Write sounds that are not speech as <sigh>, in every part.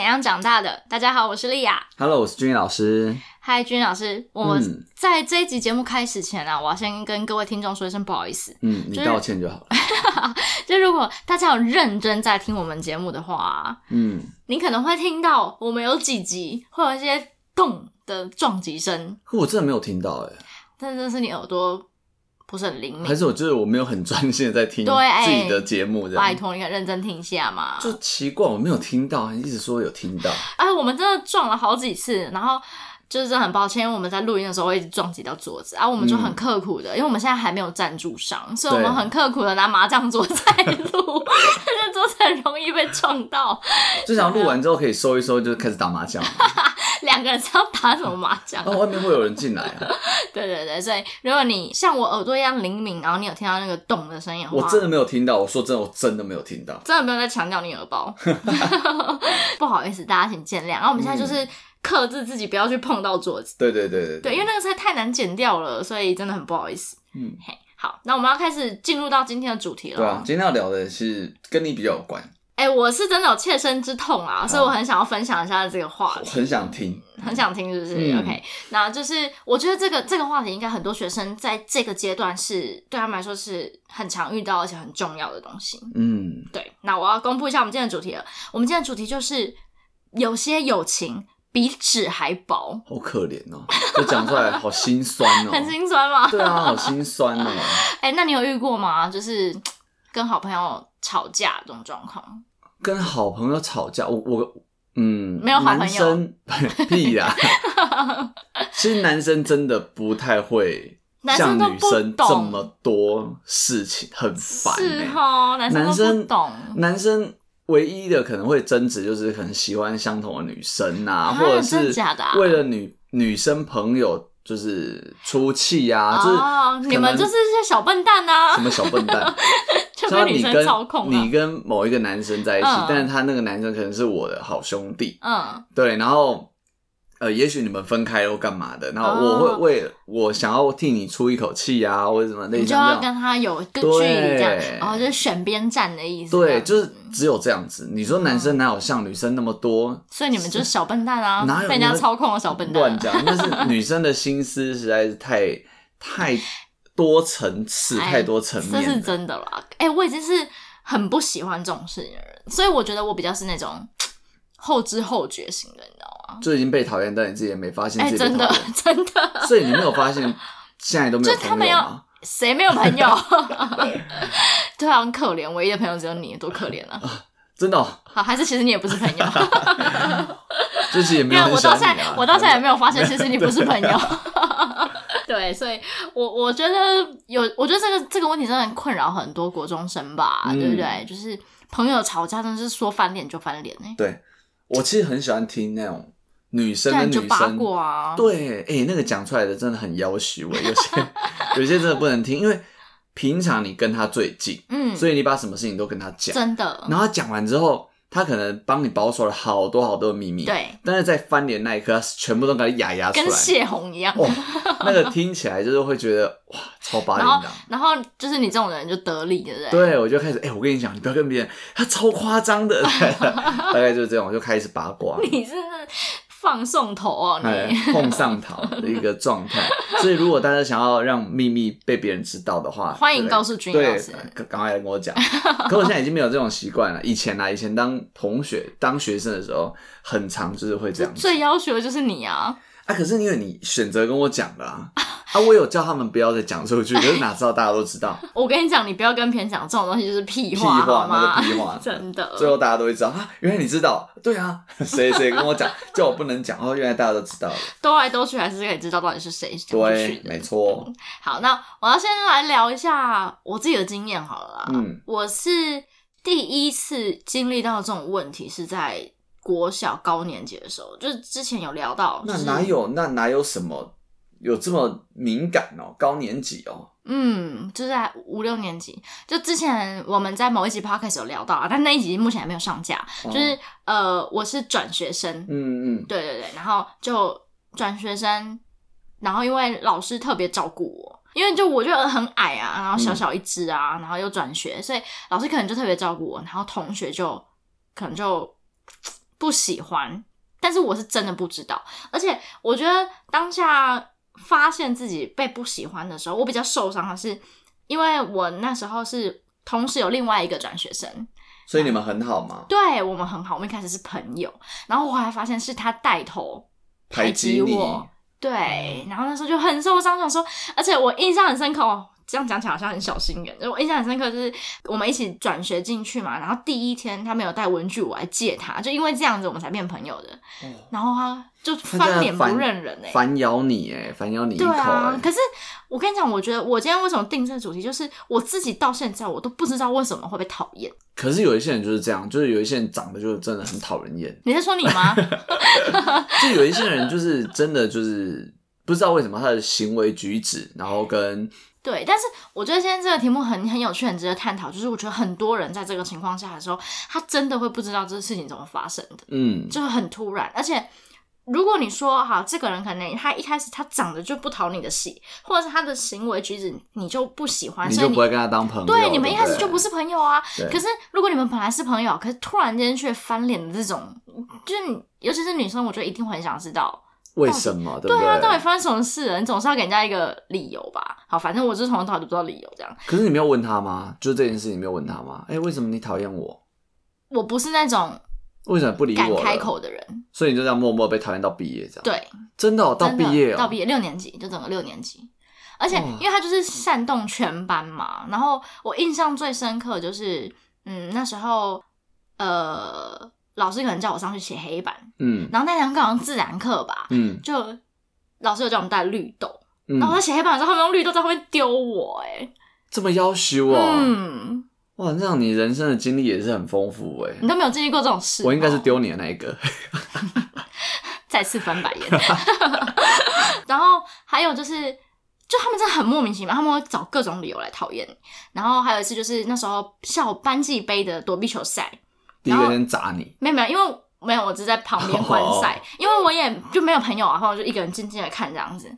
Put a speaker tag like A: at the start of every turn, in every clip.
A: 样长大的。大家好，我是丽雅。
B: Hello，我是君老师。
A: 嗨，君老师，我
B: 嗯
A: 在这一集节目开始前啊，我要先跟各位听众说一声不好意思。
B: 嗯，你
A: 就是
B: 道歉
A: <laughs>
B: 就好了。
A: 就如果大家有认真在听我们节目的话，啊
B: 嗯，
A: 你可能会听到我们有几集会有一些咚的撞击声，
B: 可哦我真的没有听到哎、
A: 但这是你耳朵不是很灵
B: 还
A: 敏。
B: 是我就是我没有很专心的在听
A: 对哎
B: 自己的节目这样。
A: 拜托，你可以认真听一下嘛。
B: 就奇怪，我没有听到，还一直说有听到。
A: 哎，我们真的撞了好几次，然后就是真的很抱歉，因为我们在录音的时候会一直撞击到桌子，啊，我们就很刻苦的，因为我们现在还没有赞助商，所以我们
B: 嗯对
A: 很刻苦的拿麻将桌在录， <laughs> 这桌子很容易被撞到，
B: 就想录完之后可以收一收，就开始打麻将。
A: <laughs> 两个人知道打什么麻将啊、
B: 然后外面会有人进来啊！
A: 对对对，所以如果你像我耳朵一样灵敏，然后你有听到那个咚的声音的话，
B: 我真的没有听到，我说真的，我真的没有听到。
A: 真的没有在强调你耳包， <laughs> 不好意思，大家请见谅。然后我们现在
B: 嗯
A: 就是克制自己不要去碰到桌子。
B: 对对对对
A: 对，因为那个菜太难剪掉了，所以真的很不好意思。
B: 嗯，
A: 嘿，好，那我们要开始进入到今天的主题了。
B: 对啊，今天要聊的是跟你比较有关，
A: 哎、我是真的有切身之痛啊，
B: 哦
A: 所以我很想要分享一下这个话
B: 我
A: 题，
B: 很想听。
A: 很想听，是不是、
B: 嗯
A: o k 那就是我觉得这个这个话题，应该很多学生在这个阶段是对他们来说是很常遇到而且很重要的东西。
B: 嗯，
A: 对，那我要公布一下我们今天的主题了。我们今天的主题就是有些友情比纸还薄，
B: 好可怜哦，就讲出来好心酸哦。
A: <laughs> 很心酸吗？
B: 对啊，好心酸哦。
A: 哎、那你有遇过吗？就是跟好朋友吵架这种状况？
B: 跟好朋友吵架，我我嗯，
A: 没有好朋友
B: 男生
A: <laughs>
B: 屁啦。其实男生真真的不太会
A: 男
B: 像
A: 生都
B: 女
A: 不
B: 生
A: 懂
B: 这么多事情，很烦、
A: 是
B: 欸。
A: 哦，男生
B: 男
A: 都
B: 生
A: 不懂。
B: 男生唯一的可能会争执就是可能喜欢相同的女生啊，
A: 啊
B: 或者
A: 真
B: 是
A: 的假的啊
B: 为了女女生朋友就是出气啊，就是
A: 哦，
B: 可
A: 你们
B: 能
A: 就是一些小笨蛋呐、
B: 什么小
A: <laughs>
B: 笨蛋。
A: 就
B: 像
A: 被女
B: 你
A: 生
B: 跟
A: 操控了
B: 你。跟某一个男生在一起，
A: 嗯
B: 但是他那个男生可能是我的好兄弟，
A: 嗯，
B: 对，然后呃，也许你们分开又干嘛的，然后我
A: 哦
B: 会为了我想要替你出一口气啊，或者什么类
A: 你
B: 似
A: 就
B: 这
A: 要
B: 样，
A: 跟他有个距离这样
B: 对，
A: 然后就是选边站的意思。这
B: 对，
A: 样
B: 就是只有这样子。你说男生哪有像女生那么多？
A: 所以你们就是小笨蛋啊，
B: 哪有
A: 被人
B: 你
A: 家
B: 们
A: 操控的小笨蛋啊 <laughs>
B: 乱。讲，但是女生的心思实在是太太多层次、
A: 哎
B: 太多层
A: 这
B: 面
A: 是
B: 了。
A: 真的啦。哎、我已经是很不喜欢这种事情的人，所以我觉得我比较是那种后知后觉型的，你知道吗？
B: 就已经被讨厌，但你自己也没发现
A: 哎、
B: 自己被
A: 真的
B: 讨厌，
A: <laughs> 真的，
B: 所以你没有发现现在都没有
A: 就是他
B: 朋
A: 们
B: 友
A: 要
B: 吗？
A: 谁没有朋友？ <laughs> 对啊，很可怜，唯一的朋友只有你，多可怜啊！
B: 真的哦、
A: 好，还是其实你也不是朋
B: <laughs>
A: 友，
B: 就是也
A: 因
B: 没
A: 为
B: 有很
A: 我
B: 喜
A: 到
B: 欢
A: 现
B: 你
A: 在
B: 啊。
A: 我到现在也没有发现，其实你不是朋
B: <laughs>
A: 友。对，所以我我觉得有，我觉得这个这个问题真的很困扰很多国中生吧，
B: 嗯
A: 对不对？就是朋友吵架，真的是说翻脸就翻脸呢、欸
B: 对，我其实很喜欢听那种女生
A: 对啊，
B: 跟
A: 你就
B: 女
A: 八
B: 生。
A: 卦啊，
B: 对，哎、那个讲出来的真的很妖虚伪，
A: <laughs>
B: 有些有些真的不能听，因为平常你跟他最近，
A: 嗯，
B: 所以你把什么事情都跟他讲，
A: 真的，
B: 然后他讲完之后，他可能帮你保守了好多好多的秘密，，
A: 对，
B: 但是在翻脸那一刻，他全部都给他压压出
A: 跟
B: 来，
A: 泄洪一样。
B: 哇、那个听起来就是会觉得哇，超八啊
A: <laughs> 然
B: 点
A: 后
B: 档。，
A: 然后就是你这种人就得理，对不对？
B: 对，我就开始，哎、我跟你讲，你不要跟别人，他超夸
A: <laughs>
B: 张的， <laughs> 大概就是这样，我就开始八卦。
A: 你真的放送头哦，
B: 哎
A: 你，
B: 碰上桃的一个状态。 <laughs> 所以如果大家想要让秘密被别人知道的话，
A: 欢迎
B: 对
A: 告诉君
B: 对
A: 老师，
B: 赶赶快来跟我讲。可我现在已经没有这种习惯了。以前啊，以前当同学、当学生的时候，很常就是会这样子
A: 最要求的就是你啊，
B: 啊。可是因为你选择跟我讲的啊，啊，我有叫他们不要再讲出去，可是哪知道大家都知道，
A: 我跟你讲，你不要跟别人讲这种东西，就是 <laughs> 屁
B: 屁
A: 话，好
B: 话
A: 吗
B: 那？是屁
A: <laughs>
B: 话。
A: 真
B: 最
A: 的。
B: 后大家都会知道啊，原来你知道，对
A: <laughs>
B: 啊，谁谁跟我讲，叫我不能讲，哦，原来大家都知道了，
A: 兜来兜去 <laughs> 还是可以知道到底是谁讲出去
B: 对，
A: 的。
B: 没错，
A: 好，那我要先来聊一下我自己的经验好了啦。
B: 嗯，
A: 我是第一次经历到这种问题是在国小高年级的时候，就是之前有聊到，
B: 那
A: 就是
B: 哪有那哪有什么有这么敏感哦？高年级哦，
A: 嗯，就在五六年级，就之前我们在某一集 podcast 有聊到啊，但那一集目前还没有上架。
B: 哦
A: 就是呃，我是转学生，
B: 嗯嗯，
A: 对对对，然后就转学生，然后因为老师特别照顾我，因为就我就很矮啊，然后
B: 嗯
A: 小小一只啊，然后又转学，所以老师可能就特别照顾我，然后同学就可能就不不喜欢，但是我是真的不知道。而且我觉得当下发现自己被不喜欢的时候，我比较受伤的是，因为我那时候是同时有另外一个转学生，
B: 所以你们很好吗？
A: 对我们很好，我们一开始是朋友，然后我后来发现是他带头
B: 排挤你，嗯
A: 我，对，然后那时候就很受伤，想说，而且我印象很深刻哦。这样讲起来好像很小心眼，就我印象很深刻，就是我们一起转学进去嘛，然后第一天他没有带文具，我还借他，就因为这样子我们才变朋友的。
B: 哦
A: 然后他就
B: 他真的
A: 翻脸不
B: 反
A: 认人哎、
B: 反咬你哎，反咬你一
A: 对
B: 口
A: 啊
B: 哎，，
A: 可是我跟你讲，我觉得我今天为什么定这个主题，就是我自己到现在我都不知道为什么会被讨厌。
B: 可是有一些人就是这样，就是有一些人长得就真的很讨人厌，
A: 你在说你吗？
B: 就有一些人就是真的就是不知道为什么他的行为举止，然后跟
A: 对，但是我觉得今天这个题目很很有趣，很值得探讨。就是我觉得很多人在这个情况下的时候，他真的会不知道这个事情怎么发生的。 <laughs>
B: 嗯
A: 就是很突然，而且如果你说哈，这个人可能他一开始他长得就不讨你的喜，或者是他的行为举止你就不喜欢，
B: 你
A: 所以
B: 就
A: 你
B: 不会跟他当朋友。
A: 对
B: 对，
A: 你们一开始就不
B: 是。
A: 是朋友啊。
B: 对
A: 可是如果你们本来是朋友，可是突然间却翻脸的这种，就是你尤其是女生，我觉得一定会很想知道，
B: 为什么？对不
A: 对啊，到底
B: 对？
A: 发生什么事了？你总是要给人家一个理由吧？好，反正我就是从头到尾都不知道理由这样。
B: 可是你没有问他吗？就是这件事，你没有问他吗？哎，为什么你讨厌我？
A: 我不是那种
B: 为什么不理
A: 敢
B: 我？
A: 开，口的人，
B: 所以你就这样默默被讨厌到毕业，这样。，
A: 对，
B: 真的哦到
A: 真
B: 毕
A: 的
B: 业哦，嗯
A: 到毕业六年级就整个六年级，而且
B: 哇
A: 因为他就是煽动全班嘛，然后我印象最深刻就是，嗯，那时候呃，老师可能叫我上去写黑板，
B: 嗯
A: 然后那堂课好像自然课吧，
B: 嗯
A: 就老师有叫我们带绿豆，然后
B: 嗯，
A: 他写黑板的时候，他们用绿豆在后面丢我、欸，
B: 这么要求
A: 哎，
B: 哦，
A: 嗯，
B: 哇，那样你人生的经历也是很丰富哎。
A: 你都没有经历过这种事哦，
B: 我应该是丢你的那一个，
A: 再次翻白眼。 <laughs> 然后还有就是，就他们真的很莫名其妙，他们会找各种理由来讨厌你。然后还有一次就是那时候校班级杯的躲避球赛，
B: <laughs> 第一个先砸你，
A: 没有没有，因为没有，我只是在旁边观赛，因为我也就没有朋友啊，然后我就一个人静静的看这样子。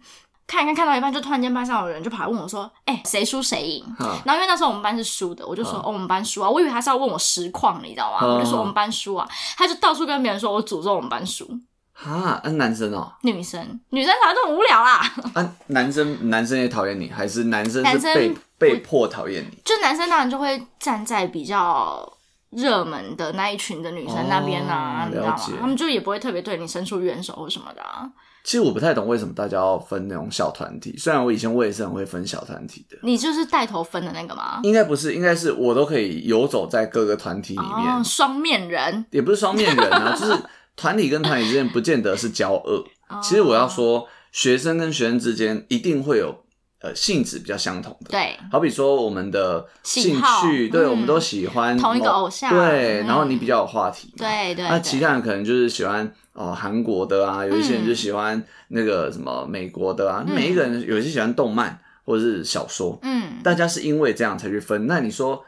A: 看一看，看到一半就突然间班上有人就跑来问我说：“哎、谁输谁赢？”
B: 哈，
A: 然后因为那时候我们班是输的，我就说、哦
B: 嗯
A: 我们班输啊，我以为他是要问我实况，你知道吗？
B: 嗯
A: 我就说我们班输啊，他就到处跟别人说我诅咒我们班输，
B: 哈，啊男生哦，
A: 女生女生讨论这么无聊啦。 <laughs>
B: 啊，男生男生也讨厌你，还是男生
A: 男
B: 是
A: 生
B: 被被迫讨厌你？
A: 就男生当然就会站在比较热门的那一群的女生那边啊，
B: 哦
A: 你知道
B: 了
A: 吗
B: 解？
A: 他们就也不会特别对你伸出援手或什么的、啊。
B: 其实我不太懂为什么大家要分那种小团体，虽然我以前我也是很会分小团体的，
A: 你就是带头分的那个吗？
B: 应该不是，应该是我都可以游走在各个团体里面，
A: 哦，双面人。
B: 也不是双面人啊，就是团体跟团体之间不见得是交恶。
A: 哦
B: 其实我要，说，学生跟学生之间一定会有呃性质比较相同的，
A: 哦对
B: 好比说我们的
A: 喜
B: 兴
A: 好
B: 趣，对、
A: 嗯
B: 我们都喜欢
A: 同一个
B: 某
A: 偶像
B: 对，
A: 嗯
B: 然后你比较有话题嘛，
A: 对对，
B: 那
A: 对
B: 其他人可能就是喜欢哦韩国的啊，有一些人就喜欢那个什么美国的啊，
A: 嗯
B: 每一个人有些喜欢动漫或者是小说，
A: 嗯，
B: 大家是因为这样才去分。那你说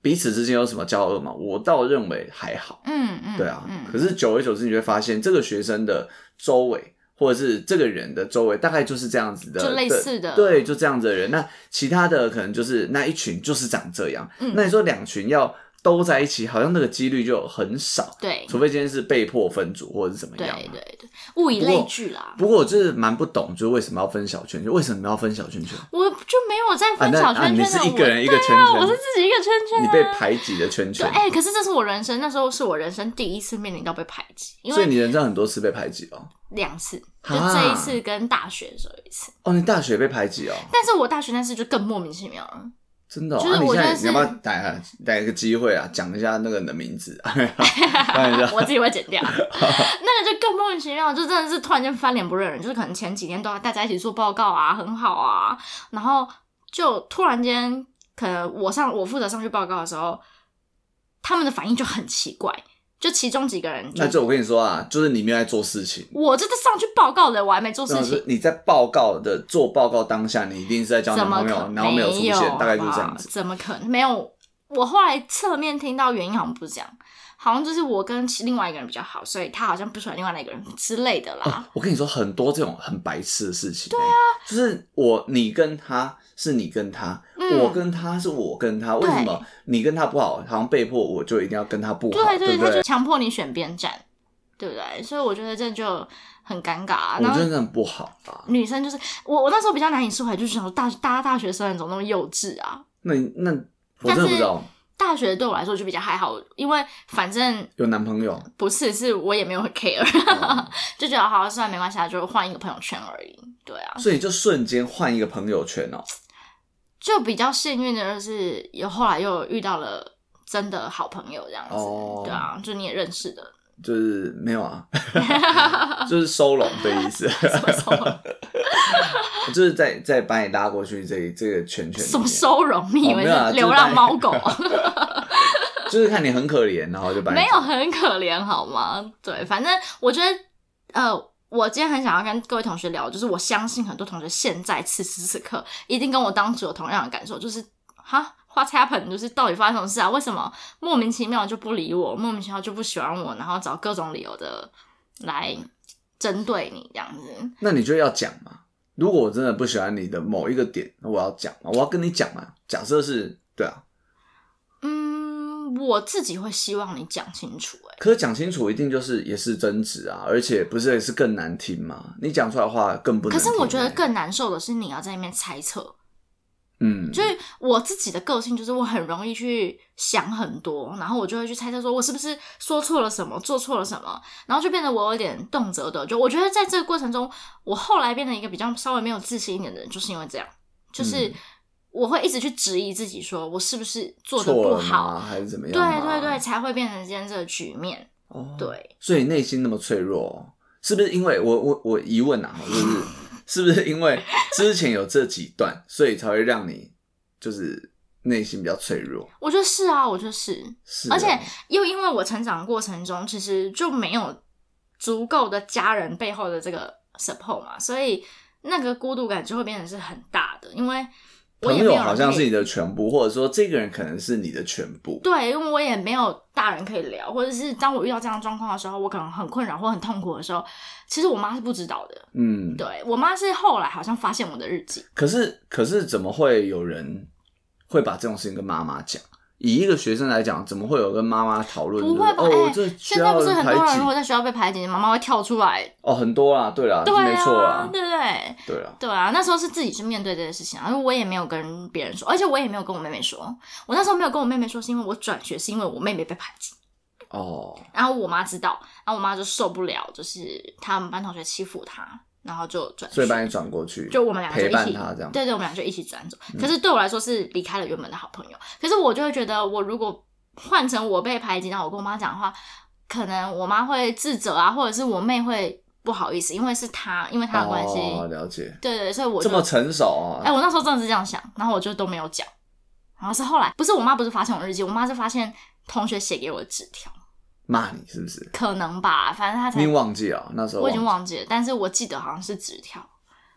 B: 彼此之间有什么交恶吗？我倒认为还好，
A: 嗯嗯，
B: 对啊。可
A: 嗯，
B: 是久而久之，你会发现这个学生的周围。或者是这个人的周围大概就是这样子的，
A: 就类似的
B: 对，就这样子的人。那其他的可能就是那一群就是长这样。
A: 嗯
B: 那你说两群要都在一起，好像那个几率就很少。
A: 对
B: 除非今天是被迫分组或者是怎么
A: 对
B: 样啊、
A: 对对，物以
B: 不过
A: 类聚啦。
B: 不过我就是蛮不懂，就是为什么要分小圈圈？为什么要分小圈圈？
A: 我就没有在分
B: 啊那
A: 小
B: 啊
A: 圈
B: 你
A: 圈
B: 是
A: 的，
B: 一个人一个圈
A: 我对啊，
B: 圈
A: 我是自己一个圈圈啊。
B: 你被排挤的圈
A: 对，
B: 圈，
A: 哎、可是这是我人生那时候是我人生第一次面临到被排挤，因
B: 所以
A: 为
B: 你人生很多次被排挤哦。
A: 两次，就
B: 啊
A: 这一次跟大学的时候有一次，
B: 哦，你大学被排挤哦，
A: 但是我大学那次就更莫名其妙了。
B: 真的、哦。
A: 就是
B: 啊、你
A: 我
B: 现在
A: 就是
B: 你要不要逮啊逮一个机会啊，讲一下那个人的名字 <laughs> 啊？看一下，
A: <laughs> 我自己会剪
B: <laughs>
A: 掉，那个就更莫名其妙，就真的是突然间翻脸不认人，就是可能前几天都要大家一起做报告啊，很好啊，然后就突然间，可能我上我负责上去报告的时候，他们的反应就很奇怪，就其中几个人就
B: 那就我跟你说啊，就是你没有在做事情。
A: 我这上去报告的，我还没做事
B: 那
A: 情
B: 是，你在报告的做报告当下，你一定是在交
A: 怎
B: 男
A: 么
B: 朋
A: 可
B: 友，然后没有出现，大概就是这
A: 好
B: 样
A: 不好
B: 子。
A: 怎么可能没有？我后来侧面听到原因好像不是这样，好像就是我跟其另外一个人比较好，所以他好像不喜欢另外那个人之类的啦。
B: 哦我跟你说，很多这种很白痴的事情、对啊，就是我你跟他是你跟他，
A: 嗯
B: 我跟他是我跟他，为
A: 对
B: 什么你跟他不好，好像被迫我就一定要跟他不好，
A: 对
B: 不
A: 他就
B: 对？
A: 强迫你选边站。对不对？所以我觉得这就很尴尬啊。
B: 我
A: 然
B: 觉
A: 后
B: 得那很不好啊吧。
A: 女生就是我，我那时候比较难以释怀，就是想说大大家大学生怎么那么幼稚啊？
B: 那你那我
A: 但
B: 真
A: 是
B: 的不知道
A: 大学对我来说就比较还好，因为反正
B: 有男朋友，
A: 不是，是我也没有很 care，、
B: 哦
A: <laughs> 就觉得好，算了，没关系啊，就换一个朋友圈而已。对啊，
B: 所以就瞬间换一个朋友圈哦。
A: 就比较幸运的就是，有后来又遇到了真的好朋友这样子，
B: 哦
A: 对啊，就你也认识的，
B: 就是没有
A: <laughs>
B: 啊，就是收拢的意思， <laughs>
A: 什么收容
B: 就是再再把你拉过去这这个圈圈里面，
A: 什么收容，你以为
B: 没有啊
A: 是流浪猫狗？啊
B: 就是看你很可怜，然后就把你
A: 没有很可怜好吗？对，反正我觉得，呃，我今天很想要跟各位同学聊，就是我相信很多同学现在此时此刻一定跟我当时有同样的感受，就是哈。What's happened？就是到底发生什么事啊？为什么莫名其妙就不理我，莫名其妙就不喜欢我，然后找各种理由的来针对你这样子？
B: 那你就要讲嘛。如果我真的不喜欢你的某一个点，那我要讲嘛，我要跟你讲嘛。假设是对啊，
A: 嗯，我自己会希望你讲清楚、欸。
B: 可是讲清楚一定就是也是争执啊，而且不是也是更难听嘛？你讲出来的话更不能
A: 可是我觉
B: 听
A: 得
B: 欸
A: 更难受的是你要在那边猜测。
B: 嗯，
A: 就是我自己的个性，就是我很容易去想很多，然后我就会去猜测说我是不是说错了什么，做错了什么，然后就变得我有点动辄的。就我觉得在这个过程中，我后来变成一个比较稍微没有自信一点的人，就是因为这样，就是
B: 嗯
A: 我会一直去质疑自己，说我是不是做的
B: 错
A: 不
B: 了
A: 好
B: 吗？，还是怎么
A: 对
B: 样嘛？
A: 对对，才会变成今天这个局面。
B: 哦
A: 对，
B: 所以内心那么脆弱哦，是不是因为我我我疑
A: <laughs>
B: 问啊，就是是不是因为之前有这几段，所以才会让你就是内心比较脆弱？
A: 我觉得是啊，我觉得是。
B: 是哦、
A: 而且又因为我成长过程中其实就没有足够的家人背后的这个 support 嘛，所以那个孤独感就会变成是很大的，因为我
B: 朋
A: 也没有
B: 友
A: 人
B: 好像
A: 可
B: 是
A: 以
B: 你的全部，或者说这个人可能是你的全部。
A: 对，因为我也没有大人可以聊，或者是当我遇到这样的状况的时候，我可能很困扰或很痛苦的时候，其实我妈是不知道的。
B: 嗯，
A: 对我妈是后来好像发现我的日记，
B: 可是可是怎么会有人会把这种事情跟妈妈讲？以一个学生来讲，怎么会有跟妈妈讨论？
A: 不会吧？
B: 就是哦，
A: 哎、
B: 我这
A: 现在不是很多人如
B: 排
A: 果
B: 挤
A: 在学校被排挤，妈妈会跳出来，
B: 哦，很多啦，对啦，
A: 对
B: 没错
A: 啊
B: 啦，，
A: 对不对？
B: 对啦，
A: 对啊，那时候是自己去面对这件事情啊，然后我也没有跟别人说，而且我也没有跟我妹妹说。我那时候没有跟我妹妹说，是因为我转学，是因为我妹妹被排挤，
B: 哦，
A: 然后我妈知道，然后我妈就受不了，就是他们班同学欺负她，然后就转
B: 所以把
A: 学。
B: 你转过去，
A: 就我们俩就
B: 陪
A: 一
B: 伴
A: 起，
B: 他这样。嗯
A: 对对，我们俩就一起转走。可是对我来说是离开了原本的好朋友，可是我就会觉得，我如果换成我被排挤，然后我跟我妈讲的话，可能我妈会自责啊，或者是我妹会不好意思，因为是她，因为她的关系。
B: 哦，了解。
A: 对对，所以我
B: 这
A: 就
B: 么成熟啊！
A: 哎、我那时候真的是这样想，然后我就都没有讲。然后是后来，不是我妈不是发现我日记，我妈是发现同学写给我的纸条，
B: 骂你是不是？
A: 可能吧，反正她
B: 你
A: 才
B: 已经忘记了，那时候啊
A: 我已经忘记了，但是我记得好像是纸条，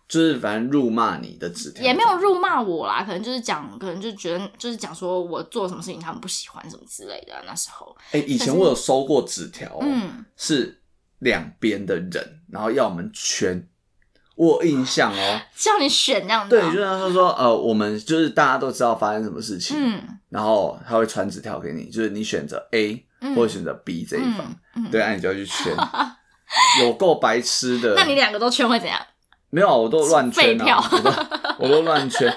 B: 就是反正辱骂你的纸条，
A: 也没有辱骂我啦，可能就是讲，可能就觉得就是讲说我做什么事情他们不喜欢什么之类的啊、那时候，
B: 哎、以前我有收过纸条、哦
A: 嗯，
B: 是两边的人，然后要我们圈。我有印象哦，
A: 叫你选这样子、
B: 对，
A: 啊，
B: 就是他说呃，我们就是大家都知道发生什么事情，
A: 嗯
B: 然后他会传纸条给你，就是你选择 A、
A: 嗯
B: 或者选择 B 这一方，
A: 嗯嗯，
B: 对，那你就要去圈， <laughs> 有够白痴的。
A: 那你两个都圈会怎样？
B: 没有啊，我都乱
A: 废
B: 圈
A: 票
B: 啊，我都我都乱圈。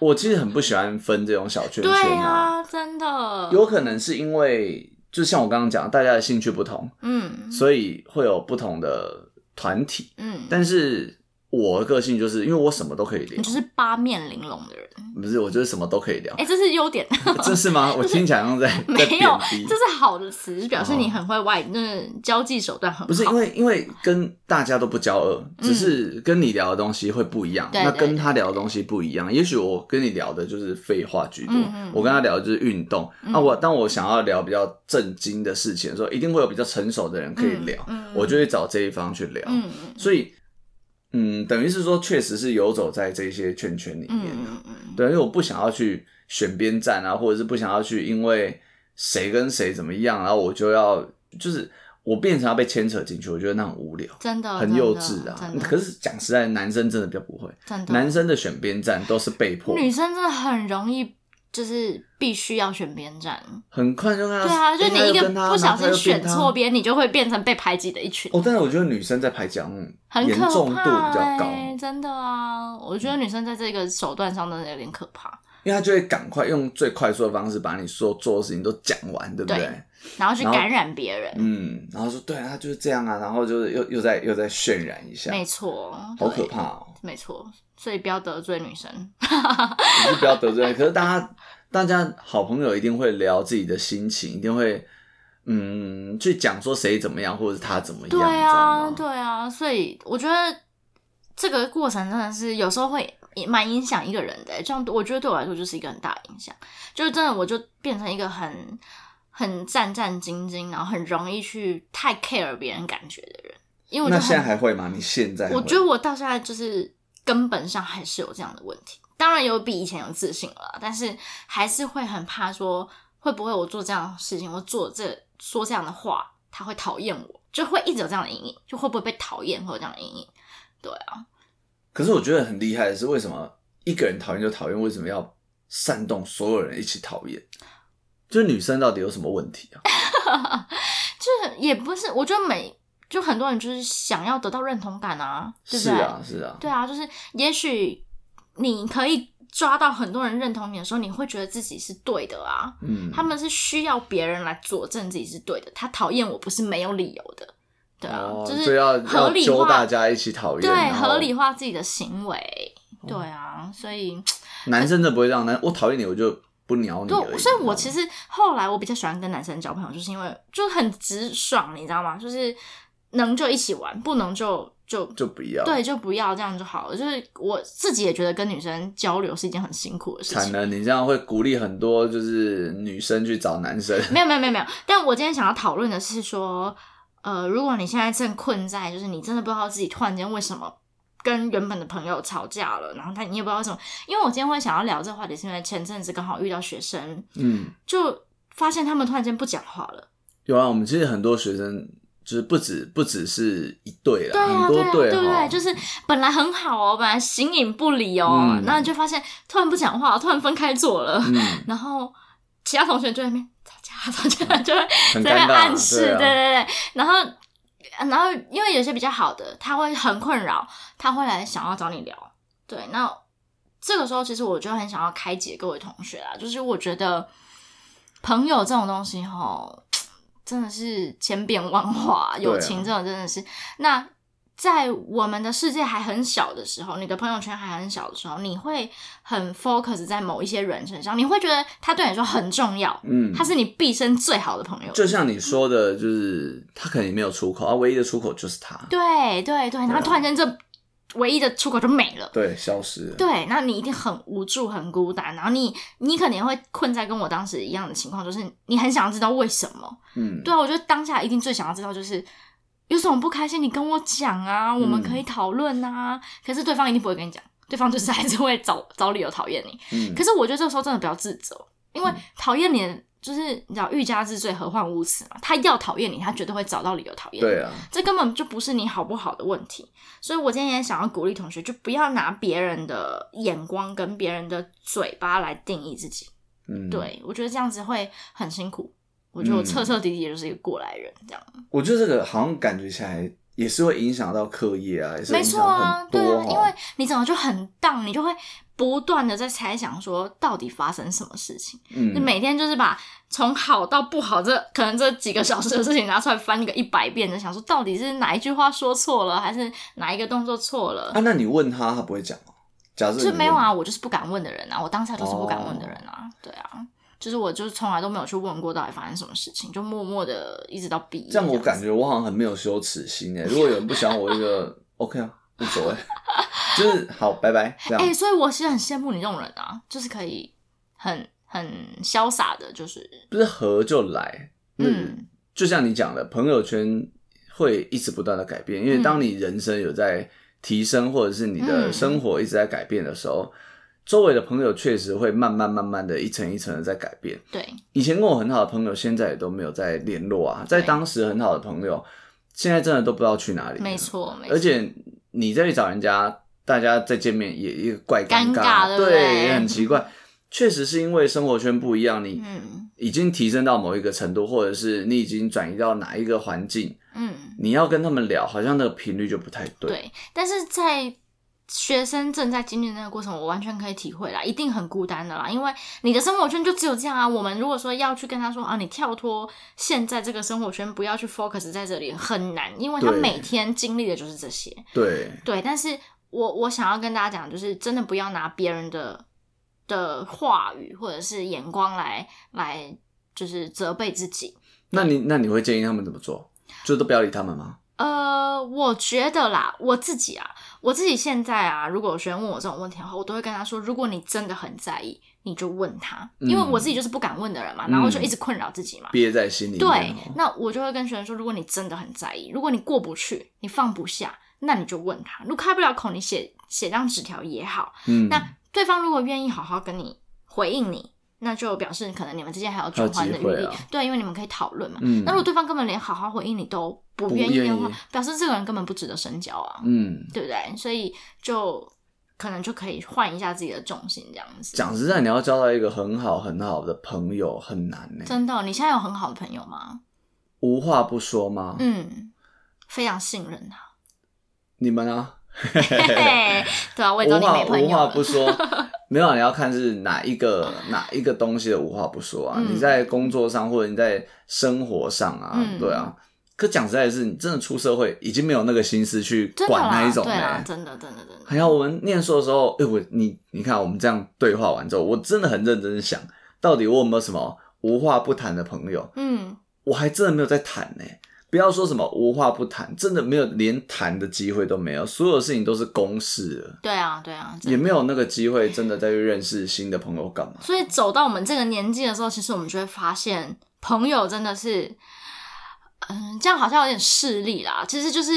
B: 我其实很不喜欢分这种小圈圈
A: 对啊，真的，
B: 有可能是因为就像我刚刚讲，大家的兴趣不同，
A: 嗯
B: 所以会有不同的团体。
A: 嗯，
B: 但是我的个性就是因为我什么都可以聊
A: 你，就是八面玲珑的人，
B: 不是，我就是什么都可以聊
A: 嗯哎、。这是优点。
B: 这是吗？我听起来好像在
A: 没
B: 在贬
A: 有，
B: 低哦
A: 这。是好的词，就表示你很会外，就是交际手段很好。嗯
B: 不是因为因为跟大家都不交恶，只是跟你聊的东西会不一样，
A: 对
B: 那
A: 对
B: 跟他聊的东西不一样。也许我跟你聊的就是废话居多，
A: 嗯嗯
B: 我跟他聊的就是运动。那、我当我想要聊比较震惊的事情的时候，一定会有比较成熟的人可以聊，
A: 嗯嗯
B: 我就会找这一方去聊。
A: 嗯嗯
B: 所以，嗯，等于是说，确实是游走在这些圈圈里面。
A: 嗯嗯嗯，
B: 对，因为我不想要去选边站啊，或者是不想要去因为谁跟谁怎么样，然后我就要就是我变成要被牵扯进去，我觉得那很无聊，
A: 真的
B: 很幼稚啊
A: 真。的
B: 可是讲实在，男生真的比较不会，
A: 真的，
B: 男生的选边站都是被迫，
A: 女生真的很容易就是必须要选边站。
B: 很快就跟他，
A: 对啊，就
B: 诶他
A: 你
B: 又
A: 一个
B: 哎跟他
A: 不小心选。
B: 然后他又
A: 错
B: 变
A: 边，你就会变成被排挤的一群
B: 他，哦，但是我觉得女生在排讲
A: 很
B: 严
A: 可
B: 重度比
A: 怕、
B: 较高，
A: 欸，真的啊！我觉得女生在这个手段上真的有点可怕，
B: 因为他就会赶快用最快速的方式把你所做的事情都讲完，对不对？
A: 对然后去
B: 然后
A: 感染别人，
B: 嗯，然后说对啊，他就是这样啊，然后就是又又再又再渲染一下，
A: 没错，
B: 好
A: 对
B: 可怕哦！
A: 没错，所以不要得罪女生。
B: 你是不要得罪。可是大家大家好朋友一定会聊自己的心情，一定会嗯去讲说谁怎么样，或者是他怎么样，
A: 对啊，
B: 你知道
A: 对
B: 吗？
A: 啊，所以我觉得这个过程真的是有时候会也蛮影响一个人的欸。这样我觉得对我来说就是一个很大的影响，就是真的我就变成一个很很战战兢兢，然后很容易去太 care 别人感觉的人。因为我
B: 那
A: 就
B: 现在
A: 很，
B: 还会吗？你现在
A: 我
B: 会
A: 觉得我到现在就是根本上还是有这样的问题。当然有比以前有自信了啦，但是还是会很怕说会不会我做这样的事情，我做这说这样的话，他会讨厌我，就会一直有这样的阴影，就会不会被讨厌，会有这样的阴影。对啊，
B: 可是我觉得很厉害的是，为什么一个人讨厌就讨厌，为什么要煽动所有人一起讨厌？就是女生到底有什么问题
A: 哎
B: 啊？
A: 就是也不是，我觉得每就很多人就是想要得到认同感啊，对不
B: 是
A: 对？
B: 啊，是啊，
A: 对啊，就是也许你可以抓到很多人认同你的时候，你会觉得自己是对的啊。
B: 嗯，
A: 他们是需要别人来佐证自己是对的，他讨厌我不是没有理由的，对啊，
B: 哦
A: 就
B: 所以
A: 是
B: 要
A: 合
B: 要
A: 理
B: 揪
A: 化
B: 大家一起讨厌，
A: 对
B: 然后哦
A: 合理化自己的行为，对啊，所以
B: 男生真的不会这样，男我讨厌你，我就不鸟你
A: 对
B: 而
A: 所以
B: 已。，你知道
A: 我
B: 吗
A: 其实后来我比较喜欢跟男生交朋友，就是因为就很直爽，你知道吗？就是能就一起玩，不能就就
B: 就不要，
A: 对，就不要这样就好了。就是我自己也觉得跟女生交流是一件很辛苦的事
B: 惨
A: 情。
B: 了，你这样会鼓励很多就是女生去找男生。
A: 没有没有没有没有，但我今天想要讨论的是说，呃，如果你现在正困在，就是你真的不知道自己突然间为什么跟原本的朋友吵架了，然后他你也不知道为什么。因为我今天会想要聊这个话题，是因为前阵子刚好遇到学生，
B: 嗯，
A: 就发现他们突然间不讲话了。
B: 有啊，我们其实很多学生就是不止不只是一对啦，
A: 对啊，
B: 很嗯多
A: 对啊，
B: 对
A: 对不
B: 哈
A: 对？就是本来很好哦，本来形影不离哦
B: 嗯，
A: 那、就发现突然不讲话，突然分开坐了，
B: 嗯，
A: 然后其他同学就在那边吵架，吵架就会
B: 很
A: 在
B: 尴
A: 那
B: 尬，
A: 边暗示，
B: 对
A: 对对
B: 啊
A: 对，然后。呃然后，因为有些比较好的，他会很困扰，他会来想要找你聊。对，那这个时候其实我就很想要开解各位同学啊，就是我觉得朋友这种东西吼，真的是千变万化，
B: 啊
A: 友情这种真的是、那。在我们的世界还很小的时候，你的朋友圈还很小的时候，你会很 focus 在某一些人身上，你会觉得他对你来说很重要，
B: 嗯，
A: 他是你毕生最好的朋友。
B: 就像你说的，就是他可能也没有出口，啊，唯一的出口就是他，
A: 对对对，然
B: 啊
A: 后突然间这唯一的出口就没了。
B: 对，消失了，
A: 对，那你一定很无助、很孤单，然后你你可能也会困在跟我当时一样的情况，就是你很想要知道为什么。
B: 嗯，
A: 对啊，我觉得当下一定最想要知道就是有什么不开心，你跟我讲啊，我们
B: 嗯
A: 可以讨论啊。可是对方一定不会跟你讲，对方就是还是会找找理由讨厌你。
B: 嗯，
A: 可是我觉得这个时候真的不要自责，因为
B: 嗯
A: 讨厌你的就是你知道欲加之罪何患无辞嘛，他要讨厌你，他绝对会找到理由讨厌你。
B: 对啊，
A: 这根本就不是你好不好的问题。所以我今天也想要鼓励同学，就不要拿别人的眼光跟别人的嘴巴来定义自己。
B: 嗯，。
A: 对我觉得这样子会很辛苦。我觉得我
B: 嗯
A: 彻彻底底也就是一个过来人，这样、
B: 我觉得这个好像感觉起来也是会影响到课业啊，也是会
A: 没
B: 影
A: 错
B: 响
A: 啊，
B: 很
A: 对
B: 多
A: 啊，
B: 哈、
A: 因为你整个就很荡，你就会不断的在猜想说到底发生什么事情。你
B: 嗯，
A: 每天就是把从好到不好这可能这几个小时的事情拿出来翻个一百遍，就想说到底是哪一句话说错了，还是哪一个动作错了
B: 啊，？那你问他，他不会讲哦。假设
A: 就
B: 你
A: 没有
B: 问哦
A: 啊，我就是不敢问的人啊，我当下就是不敢问的人啊，对啊，就是我就是从来都没有去问过到底发生什么事情，就默默的一直到毕业。
B: 这样我感
A: 子
B: 觉我好像很没有羞
A: <laughs>
B: 耻心哎。如果有人不想我，我就 OK 啊，无所谓， <laughs> 就是好，拜拜这样。
A: 哎、所以我其实很羡慕你这种人啊，就是可以很很潇洒的，就是
B: 不是合就来，嗯，
A: 嗯
B: 就像你讲的，朋友圈会一直不断的改变，因为
A: 嗯
B: 当你人生有在提升，或者是你的
A: 嗯
B: 生活一直在改变的时候，周围的朋友确实会慢慢慢慢的一层一层的在改变。
A: 对
B: 以前跟我很好的朋友，现在也都没有再联络啊。在
A: 对
B: 当时很好的朋友，现在真的都不知道去哪里了。
A: 没错没错
B: 而且你再去找人家，大家再见面也也怪
A: 尴
B: 尬
A: 尬对不
B: 对，
A: 对 <laughs>
B: 也很奇怪。确实是因为生活圈不一样，你
A: 嗯
B: 已经提升到某一个程度，或者是你已经转移到哪一个环境，
A: 嗯，
B: 你要跟他们聊，好像那个频率就不太对。
A: 对。但是在学生正在经历的那个过程，我完全可以体会啦，一定很孤单的啦，因为你的生活圈就只有这样啊。我们如果说要去跟他说啊，你跳脱现在这个生活圈，不要去 focus 在这里，很难，因为他
B: 对
A: 每天经历的就是这些。
B: 对
A: 对，但是我我想要跟大家讲，就是真的不要拿别人的的话语或者是眼光来来就是责备自己。
B: 那你那你会建议他们怎么做？就都不要理他们吗？
A: 呃，我觉得啦，我自己啊，我自己现在啊，如果有学生问我这种问题的话，我都会跟他说，如果你真的很在意，你就问他，因为我
B: 嗯
A: 自己就是不敢问的人嘛，然后就一直困扰自己嘛。
B: 憋在心里面
A: 对
B: 嗯哦。，
A: 那我就会跟学生说，如果你真的很在意，如果你过不去，你放不下，那你就问他。如果开不了口，你写写张纸条也好，
B: 嗯，
A: 那对方如果愿意好好跟你回应你，那就表示可能你们之间还有转换的余
B: 还有机
A: 地，
B: 会啊
A: 对，因为你们可以讨论嘛。
B: 嗯
A: 那如果对方根本连好好回应你都不
B: 不
A: 愿意的
B: 愿
A: 话
B: 意，
A: 表示这个人根本不值得深交啊，
B: 嗯，
A: 对不对？所以就可能就可以换一下自己的重心，这样子。
B: 讲实在，你要交到一个很好很好的朋友很难呢、
A: 真的，你现在有很好的朋友吗？
B: 无话不说吗？
A: 嗯，非常信任
B: <laughs>
A: 他。 <laughs>
B: 你们啊，
A: 嘿嘿，对啊，我也知
B: 无
A: 道你
B: 话
A: 没朋
B: 无
A: 友
B: 话
A: 了。<laughs>
B: 不说，没有啊，你要看是哪一个哪一个东西的无话不说啊。
A: 嗯
B: 你在工作上或者你在生活上啊，
A: 嗯
B: 对啊。可讲实在的是，你真的出社会已经没有那个心思去
A: 真的
B: 管
A: 啦
B: 那一，种欸
A: 对
B: 嘞、
A: 啦，真的，真的，真的，
B: 还有我们念书的时候，哎、我你你看，我们这样对话完之后，我真的很认真地想，到底我有没有什么无话不谈的朋友？
A: 嗯，
B: 我还真的没有在谈呢、不要说什么无话不谈，真的没有连谈的机会都没有，所有事情都是公事了，
A: 对啊，对啊，真的
B: 也没有那个机会真的再去认识新的朋友干嘛？
A: 所以走到我们这个年纪的时候，其实我们就会发现，朋友真的是，嗯，这样好像有点势利啦。其实就是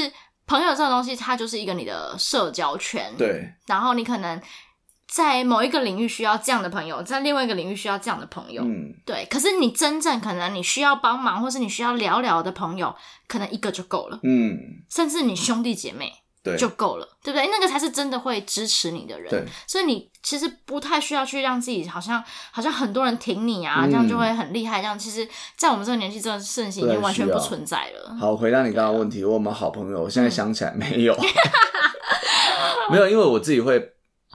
A: 朋友这种东西，它就是一个你的社交圈。。
B: 对，
A: 然后你可能在某一个领域需要这样的朋友，在另外一个领域需要这样的朋友。
B: 嗯，
A: 对。可是你真正可能你需要帮忙，或是你需要聊聊的朋友，可能一个就够了，
B: 嗯，
A: 甚至你兄弟姐妹。
B: 对，
A: 就够了，对不对？那个才是真的会支持你的人。
B: 对，
A: 所以你其实不太需要去让自己好像好像很多人挺你啊，这
B: 嗯
A: 样就会很厉害。这样其实，在我们这个年纪，这个事情已经完全
B: 不
A: 不
B: 太需要
A: 存在了。
B: 好，回答你刚刚的问题，我有没有好朋友？我现在想起来没有，
A: 嗯
B: <laughs> 没有，因为我自己会，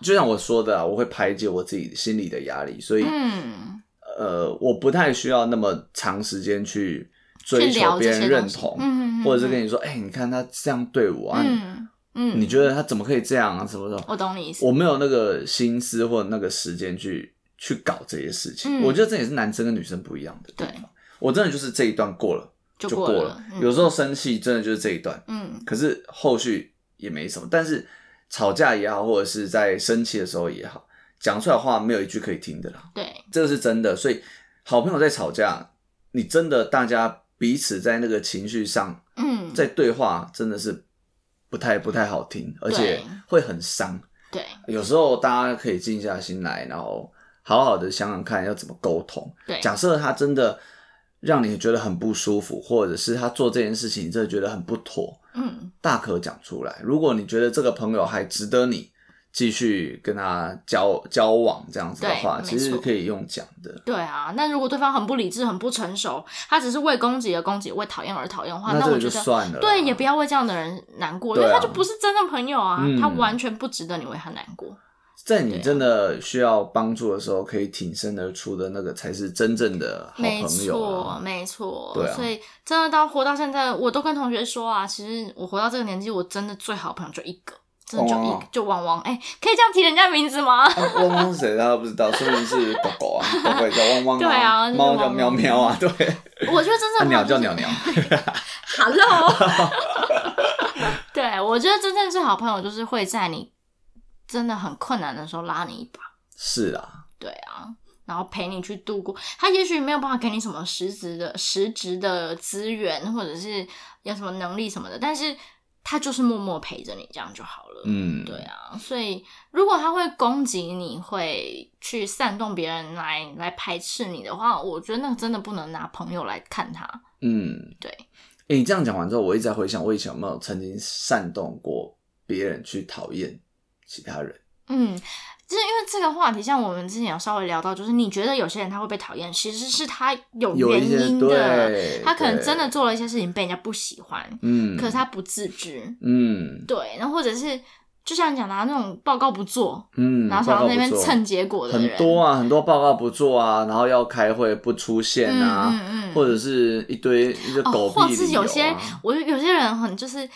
B: 就像我说的啊，我会排解我自己心里的压力，所以、
A: 嗯，
B: 呃，我不太需要那么长时间去追
A: 去
B: 求
A: 聊
B: 别
A: 这
B: 人
A: 些
B: 认
A: 东西
B: 同，
A: 嗯，嗯嗯
B: 或者是跟你说，哎、你看他这样对我啊，
A: 嗯嗯，
B: 你觉得他怎么可以这样啊？什么什么？
A: 我懂你意思。
B: 我没有那个心思或那个时间去去搞这些事情。
A: 嗯
B: 我觉得这也是男生跟女生不一样的地
A: 对
B: 方。我真的就是这一段过了
A: 就
B: 就
A: 过
B: 了，
A: 了嗯
B: 有时候生气真的就是这一段，
A: 嗯
B: 可是后续也没什么。但是吵架也好，或者是在生气的时候也好，讲出来的话没有一句可以听的啦。
A: 对，
B: 这个是真的。所以好朋友在吵架，你真的大家彼此在那个情绪上
A: 嗯，
B: 在对话，真的是不太不太好听，而且会很伤。
A: 对
B: 有时候大家可以静下心来，然后好好的想想看要怎么沟通。
A: 对，
B: 假设他真的让你觉得很不舒服，或者是他做这件事情你真的觉得很不妥，
A: 嗯
B: 大可讲出来。如果你觉得这个朋友还值得你继续跟他交交往这样子的
A: 对
B: 话，
A: 没
B: 其实
A: 错
B: 可以用讲的。
A: 对啊。那如果对方很不理智、很不成熟，他只是为攻击而攻击，为讨厌而讨厌的话，
B: 这
A: 我
B: 个
A: 觉
B: 就
A: 得
B: 算了啦，
A: 对，也不要为这样的人难过，因为
B: 对啊
A: 他就不是真的朋友啊，
B: 嗯
A: 他完全不值得你为他难过。
B: 在
A: 对
B: 你
A: 啊
B: 真的需要帮助的时候，可以挺身而出的那个才是真正的好
A: 没
B: 朋友
A: 错，
B: 啊。
A: 没错。
B: 对啊
A: 所以真的到活到现在，我都跟同学说啊，其实我活到这个年纪，我真的最好的朋友就一个，真的就一个，
B: 哦
A: 就汪汪。哎、可以这样提人家名字
B: <laughs>
A: 吗？
B: 啊汪汪是谁？大家不知道，说明是狗狗啊，狗狗也叫汪
A: <laughs>
B: 汪
A: 对啊就是
B: 猫叫
A: 汪
B: 喵
A: 汪
B: 喵啊，对，
A: 我觉得真正的
B: 啊
A: 朋友
B: 鸟
A: 就
B: 叫
A: 是
B: 鸟鸟。 <laughs>
A: Hello，对我觉得真正最好的朋友就是会在你真的很困难的时候拉你一把。
B: 是啊，
A: 对啊，然后陪你去度过。他也许没有办法给你什么实质的、实质的资源，或者是有什么能力什么的，但是他就是默默陪着你，这样就好了。
B: 嗯，
A: 对啊，所以如果他会攻击你，会去煽动别人来来排斥你的话，我觉得那个真的不能拿朋友来看他。
B: 嗯，
A: 对
B: 诶，你这样讲完之后，我一直在回想，我以前有没有曾经煽动过别人去讨厌其他人？
A: 嗯，就是因为这个话题，像我们之前有稍微聊到，就是你觉得有些人他会被讨厌，其实是他有
B: 有
A: 原
B: 一些
A: 因的，
B: 对，
A: 他可能
B: 对
A: 真的，做了一些事情被人家不喜欢，
B: 嗯，
A: 可是他不自知，
B: 嗯
A: 对，然后或者是就像你讲的、啊、那种报告不做，
B: 嗯，
A: 然后想
B: 报
A: 要
B: 告
A: 在那边
B: 不做
A: 蹭结果的人，
B: 很多啊，很多报告不做啊，然后要开会不出现
A: 嗯
B: 啊，
A: 嗯嗯，
B: 或者是一堆一个
A: 哦，
B: 狗屁、理
A: 或者是有
B: 由
A: 些
B: 啊，
A: 我觉得有些人很就是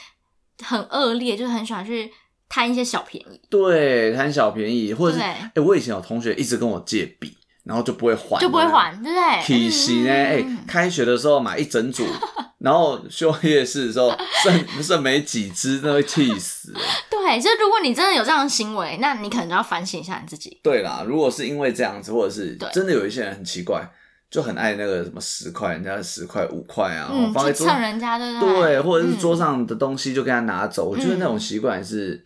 A: 很恶劣，就是很喜欢去贪一些小便宜，
B: 对贪小便宜，或者是
A: 对
B: 哎、我以前有同学一直跟我借笔，然后就不会还，
A: 就不会。还，对不对？
B: 体系呢？
A: 嗯
B: 哎、
A: 嗯嗯
B: 开学的时候买一整组，然后休夜市的时候剩 <laughs> 剩没几只，那会气死。
A: <laughs> 对，就如果你真的有这样的行为，那你可能就要反省一下你自己。
B: 对啦，如果是因为这样子，或者是
A: 对
B: 真的有一些人很奇怪，就很爱那个什么十块，人家的十块五块啊，
A: 嗯，
B: 放在
A: 去
B: 桌
A: 蹭人家，对不对？
B: 对，或者是
A: 嗯
B: 桌上的东西就给他拿走，我觉得
A: 嗯
B: 那种习惯是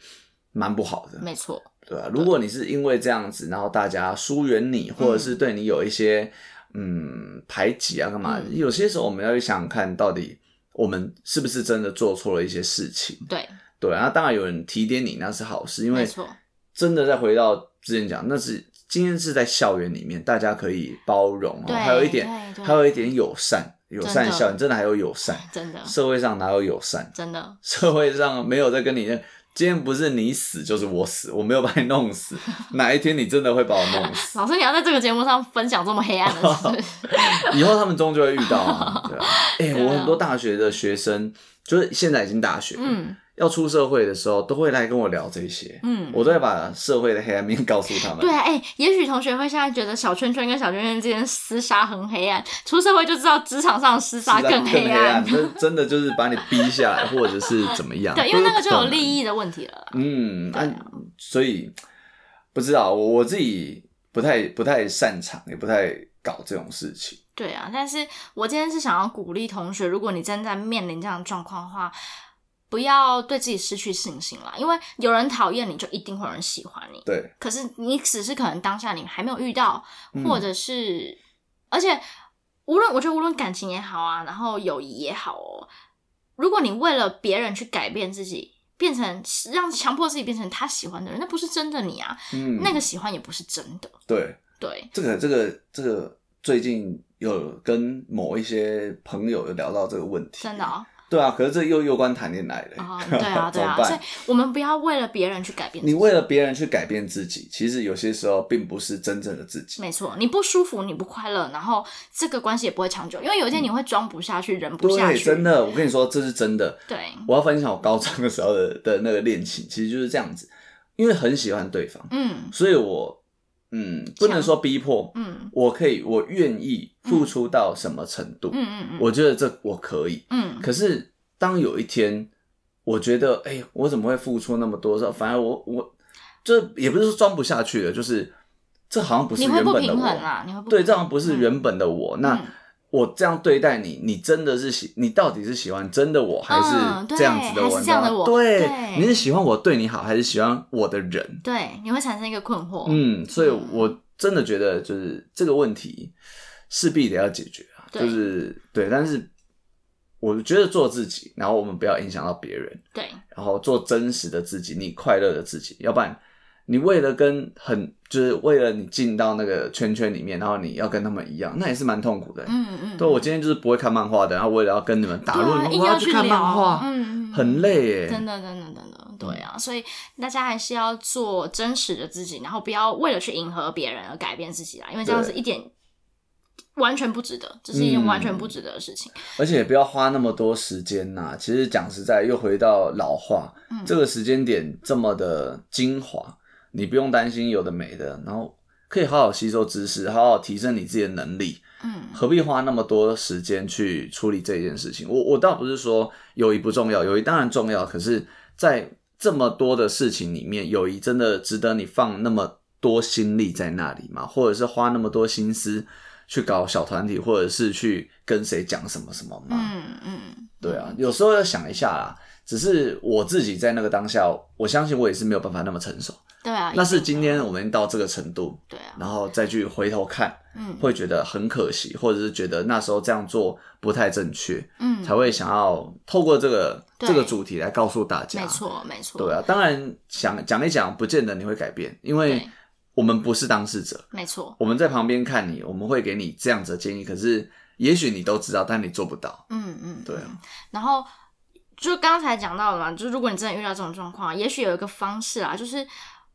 B: 蛮不好的，
A: 没错，
B: 对啊，如果你是因为这样子，然后大家疏远你，或者是对你有一些嗯排挤啊，干嘛？
A: 嗯
B: 有些时候我们要去想想看，到底我们是不是真的做错了一些事情？
A: 对，
B: 对，那当然有人提点你，那是好事，因
A: 没
B: 为
A: 错，
B: 真的再回到之前讲，那是今天是在校园里面，大家可以包容、哦，
A: 对
B: 还有一点，
A: 对对
B: 还有一点友善，友善
A: 真的嗯
B: 校园真的还有友善，
A: 真的，
B: 社会上哪有友善？
A: 真的，
B: 社会上没有在跟你认，今天不是你死就是我死，我没有把你
A: <laughs>
B: 弄死，哪一天你真的会把我弄死？
A: 老师，你要在这个节目上分享这么黑暗的事，
B: <laughs> 以后他们终究会遇到
A: <laughs>
B: 啊，对啊。哎、
A: 对啊
B: 我很多大学的学生，就是现在已经大学，嗯，
A: 嗯
B: 要出社会的时候，都会来跟我聊这些，
A: 嗯。
B: 我都会把社会的黑暗面告诉他们。
A: 对啊，哎、也许同学会现在觉得小圈圈跟小圈圈之间厮杀很黑暗，出社会就知道职场上厮
B: 是啊，
A: 杀更
B: 黑
A: 黑暗。
B: 这真的就是把你逼下来，或者是怎么样？
A: 对，因为那个就有
B: 益。
A: 利益的问题了啦。
B: 嗯，那、
A: 啊
B: 所以不知道我我自己不太不太擅长，也不太搞这种事情。
A: 对啊，但是我今天是想要鼓励同学，如果你真在面临这样的状况的话，不要对自己失去信心啦，因为有人讨厌你就一定会有人喜欢你，
B: 对，
A: 可是你只是可能当下你还没有遇到，
B: 嗯
A: 或者是，而且无论我觉得无论感情也好啊，然后友谊也好哦，如果你为了别人去改变自己，变成让强迫自己变成他喜欢的人，那不是真的你啊，
B: 嗯，
A: 那个喜欢也不是真的，
B: 对
A: 对，
B: 这个这个这个最近有跟某一些朋友有聊到这个问题，
A: 真的、
B: <laughs>
A: 哦。
B: 对啊，可是这又又关谈恋爱了、
A: 哦，
B: <laughs>
A: 对啊，
B: 怎
A: 对
B: 么
A: 啊，所以
B: 办？
A: 我们不要为了别人去改变自
B: 你
A: 己。
B: 为了别人去改变自己，其实有些时候并不是真正的自己。
A: 没错，你不舒服，你不快乐，然后这个关系也不会长久，因为有一天你会装不下去，忍不下
B: 对，
A: 去。
B: 真，的，我跟你说，这是真的。
A: 对，
B: 我要分享我高中的时候的的那个恋情，其实就是这样子，因为很喜欢对方，
A: 嗯
B: 所以我嗯不能说逼迫，
A: 嗯
B: 我可以，我愿意付出到什么程度，
A: 嗯嗯嗯
B: 我觉得这我可以。
A: 嗯，
B: 可是当有一天，我觉得哎、我怎么会付出那么多的时候，反而我我这也不是说装不下去了，就是这好像不是
A: 你
B: 原
A: 会
B: 本的
A: 不
B: 我，
A: 平衡啊，你会不
B: 对，
A: 平
B: 这样不是
A: 嗯
B: 原本的我。那
A: 嗯
B: 我这样对待你，你真的是喜，你到底是喜欢真的我，还
A: 嗯
B: 是
A: 对
B: 这样子的我？
A: 还是这样的我
B: 你知道吗对，
A: 对
B: 你是喜欢我对你好，还是喜欢我的人？
A: 对，你会产生一个困惑。
B: 嗯，所以
A: 嗯
B: 我真的觉得，就是这个问题势必得要解决啊。
A: 对
B: 就是对，但是我觉得做自己，然后我们不要影响到别人，
A: 对，
B: 然后做真实的自己，你快乐的自己，要不然你为了跟很就是为了你进到那个圈圈里面，然后你要跟他们一样，那也是蛮痛苦的欸、
A: 嗯嗯，
B: 对，我今天就是不会看漫画的，然后为了要跟你们打
A: 对啊
B: 论，
A: 硬
B: 我
A: 要
B: 去
A: 去
B: 看
A: 聊
B: 漫画，
A: 嗯嗯嗯
B: 很累耶。嗯
A: 真的，真的，真的，对啊，所以大家还是要做真实的自己，然后不要为了去迎合别人而改变自己啦，因为这样子
B: 对
A: 一点完全不值得，这是一件完全不值得的事情。
B: 而且也不要花那么多时间呐、其实讲实在，又回到老话，
A: 嗯
B: 这个时间点这么的精华，你不用担心有的没的，然后可以好好吸收知识，好好提升你自己的能力，
A: 嗯
B: 何必花那么多时间去处理这件事情？我我倒不是说友谊不重要，友谊当然重要，可是，在这么多的事情里面，友谊真的值得你放那么多心力在那里吗？或者是花那么多心思去搞小团体，或者是去跟谁讲什么什么吗？
A: 嗯嗯，
B: 对啊，有时候要想一下啦。只是我自己在那个当下，我相信我也是没有办法那么成熟。
A: 对啊，
B: 那
A: 一
B: 是
A: 定
B: 今
A: 的
B: 天我们到这个程度，
A: 对啊，
B: 然后再去回头看，
A: 嗯
B: 会觉得很可惜，或者是觉得那时候这样做不太正确，
A: 嗯，
B: 才会想要透过这个
A: 对
B: 这个主题来告诉大家。啊
A: 没，错没错，
B: 对啊，当然想讲一讲，不见得你会改变，因为
A: 对
B: 我们不是当事者，
A: 没错，
B: 我们在旁边看你，我们会给你这样子的建议，可是也许你都知道，但你做不到。
A: 嗯嗯，
B: 对啊，
A: 然后就刚才讲到了嘛，就如果你真的遇到这种状况，也许有一个方式啊，就是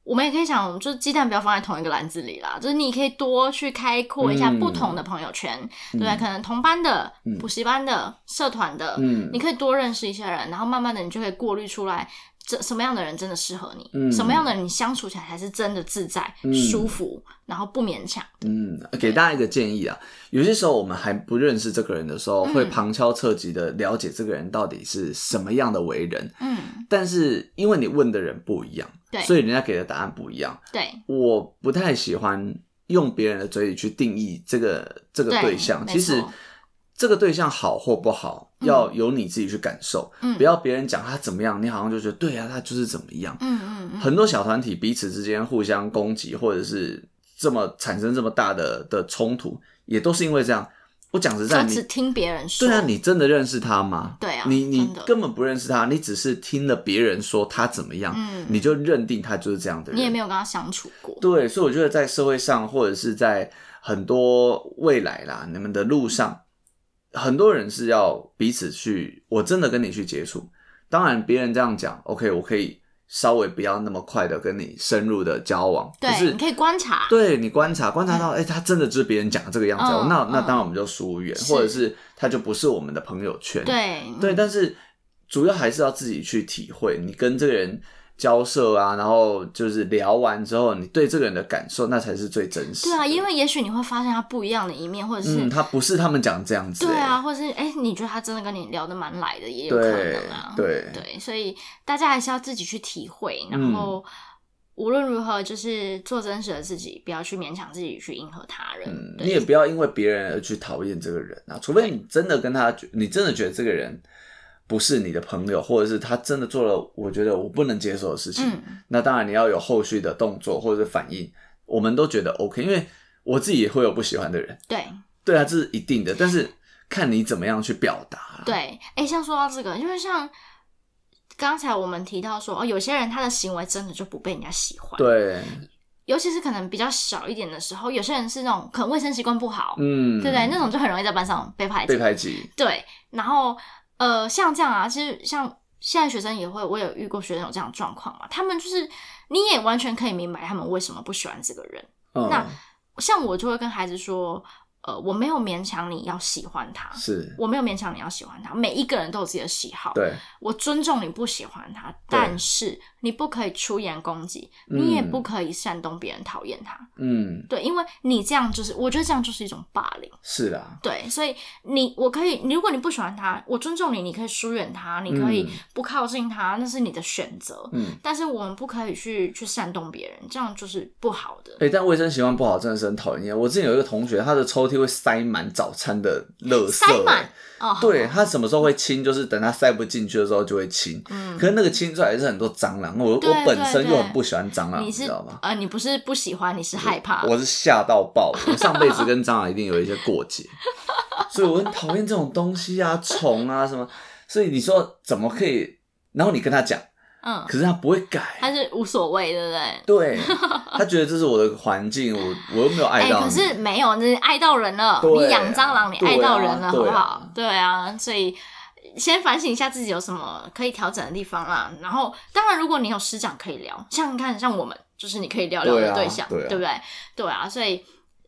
A: 我们也可以想，就是鸡蛋不要放在同一个篮子里啦，就是你可以多去开阔一下
B: 嗯
A: 不同的朋友圈，
B: 嗯
A: 对不对，可能同班的、
B: 嗯
A: 补习班的、社团的，
B: 嗯
A: 你可以多认识一些人，然后慢慢的你就可以过滤出来。这什么样的人真的适合你？
B: 嗯
A: 什么样的人你相处起来才是真的自在、
B: 嗯
A: 舒服，然后不勉强？
B: 嗯，给大家一个建议啊，有些时候我们还不认识这个人的时候，
A: 嗯
B: 会旁敲侧击的了解这个人到底是什么样的为人，
A: 嗯，
B: 但是因为你问的人不一样，
A: 对
B: 所以人家给的答案不一样。
A: 对，
B: 我不太喜欢用别人的嘴里去定义这个这个
A: 对
B: 对象。
A: 没
B: 其实
A: 错
B: 这个对象好或不好，
A: 嗯
B: 要由你自己去感受，
A: 嗯，
B: 不要别人讲他怎么样，你好像就觉得对啊，他就是怎么样。
A: 嗯，嗯嗯嗯，
B: 很多小团体彼此之间互相攻击，或者是这么产生这么大的的冲突，也都是因为这样。我讲实在，
A: 就
B: 你
A: 只听别人说。
B: 对啊，你真的认识他吗？
A: 对啊
B: 你你
A: 真的
B: 根本不认识他，你只是听了别人说他怎么样，
A: 嗯
B: 你就认定他就是这样的人。
A: 你也没有跟他相处过。
B: 对，所以我觉得在社会上，或者是在很多未来啦，你们的路上，很多人是要彼此去，我真的跟你去接触。当然，别人这样讲，OK，我可以稍微不要那么快的跟你深入的交往，可
A: 对，
B: 是
A: 你可以观察。
B: 对你观察观察到，哎、他真的就是别人讲的这个样子哦，
A: 嗯
B: 那那
A: 嗯
B: 当然我们就疏远，
A: 是
B: 或者是他就不是我们的朋友圈。
A: 对
B: 对，但是主要还是要自己去体会，你跟这个人交涉啊，然后就是聊完之后，你对这个人的感受，那才是最真实
A: 对
B: 的。
A: 啊，因为也许你会发现他不一样的一面，或者是、
B: 嗯，他不是他们讲这样子、欸
A: 对啊，或者是哎、你觉得他真的跟你聊得蛮来的，也有可
B: 对
A: 能啊。
B: 对
A: 对，所以大家还是要自己去体会，
B: 嗯
A: 然后。无论如何，就是做真实的自己，不要去勉强自己去迎合他人。
B: 嗯，
A: 对
B: 你也不要因为别人而去讨厌这个人啊，除非你真的跟他觉，你真的觉得这个人不是你的朋友，或者是他真的做了我觉得我不能接受的事情，
A: 嗯，
B: 那当然你要有后续的动作或者是反应，我们都觉得 OK，因为我自己也会有不喜欢的人，
A: 对
B: 对啊，这是一定的，但是看你怎么样去表达啦。
A: 对。哎、像说到这个，因为像刚才我们提到说，哦，有些人他的行为真的就不被人家喜欢。
B: 对，
A: 尤其是可能比较小一点的时候，有些人是那种可能卫生习惯不好，
B: 嗯，
A: 对不对？那种就很容易在班上被排挤。
B: 被排挤，
A: 对，然后呃，像这样啊，其实像现在学生也会，我有遇过学生有这样的状况嘛，他们就是你也完全可以明白他们为什么不喜欢这个人。
B: 嗯，
A: 那像我就会跟孩子说，呃，我没有勉强你要喜欢他。
B: 是
A: 我没有勉强你要喜欢他，每一个人都有自己的喜好。
B: 对，
A: 我尊重你不喜欢他，但是你不可以出言攻击，
B: 嗯
A: 你也不可以煽动别人讨厌他。
B: 嗯，
A: 对，因为你这样就是，我觉得这样就是一种霸凌。
B: 是啦，
A: 对，所以你我可以，如果你不喜欢他，我尊重你，你可以疏远他，你可以
B: 嗯
A: 不靠近他，那是你的选择。
B: 嗯，
A: 但是我们不可以去去煽动别人，这样就是不好的。
B: 哎、但卫生习惯不好真的是很讨人厌。我之前有一个同学，他的抽屉会塞满早餐的垃圾，欸
A: 塞满哦，
B: 对他什么时候会清，就是等他塞不进去的时候就会清。
A: 嗯
B: 可，是那个清出来是很多蟑螂，我
A: 对
B: 我本身
A: 对
B: 又
A: 对
B: 很不喜欢蟑螂，
A: 你
B: 知
A: 是
B: 道吗？
A: 呃，你不是不喜欢，你是害怕。
B: 我是吓到爆，我上辈子跟蟑螂一定有一些过
A: <laughs>
B: 节，所以我很讨厌这种东西啊，虫啊什么。所以你说怎么可以？然后你跟他讲，
A: 嗯，
B: 可是他不会
A: 他
B: 改，
A: 是无所谓，对不对？
B: 对他觉得这是我的环境，我我又没有爱
A: 哎、
B: 到
A: 可
B: 你。
A: 是没有，你爱到人了，
B: 对啊
A: 你养蟑螂，你爱到人了，好
B: 对
A: 不
B: 啊
A: 好？对啊，所以先反省一下自己有什么可以调整的地方啦。然后，当然，如果你有师长可以聊，像你看，像我们就是你可以聊聊
B: 对
A: 的
B: 啊
A: 对象，
B: 对啊
A: 不对？对啊，所以，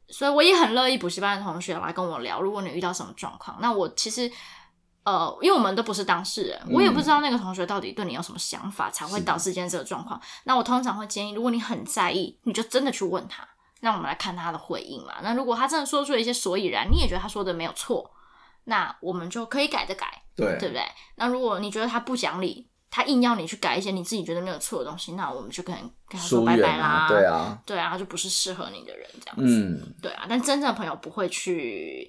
A: 所以我也很乐意补习班的同学来跟我聊，如果你遇到什么状况，那我其实。呃，因为我们都不是当事人，我也不知道那个同学到底对你有什么想法，才会
B: 是
A: 导致今天这个状况。那我通常会建议，如果你很在意，你就真的去问他，让我们来看他的回应嘛。那如果他真的说出了一些所以然，你也觉得他说的没有错，那我们就可以改的改，
B: 对
A: 对不对？那如果你觉得他不讲理，他硬要你去改一些你自己觉得没有错的东西，那我们就可能跟他说
B: 疏
A: 拜
B: 远
A: 拜
B: 啊
A: 啦，，
B: 对，啊，
A: 对啊，他就不是适合你的人这样子，
B: 嗯，
A: 对啊。但真正的朋友不会去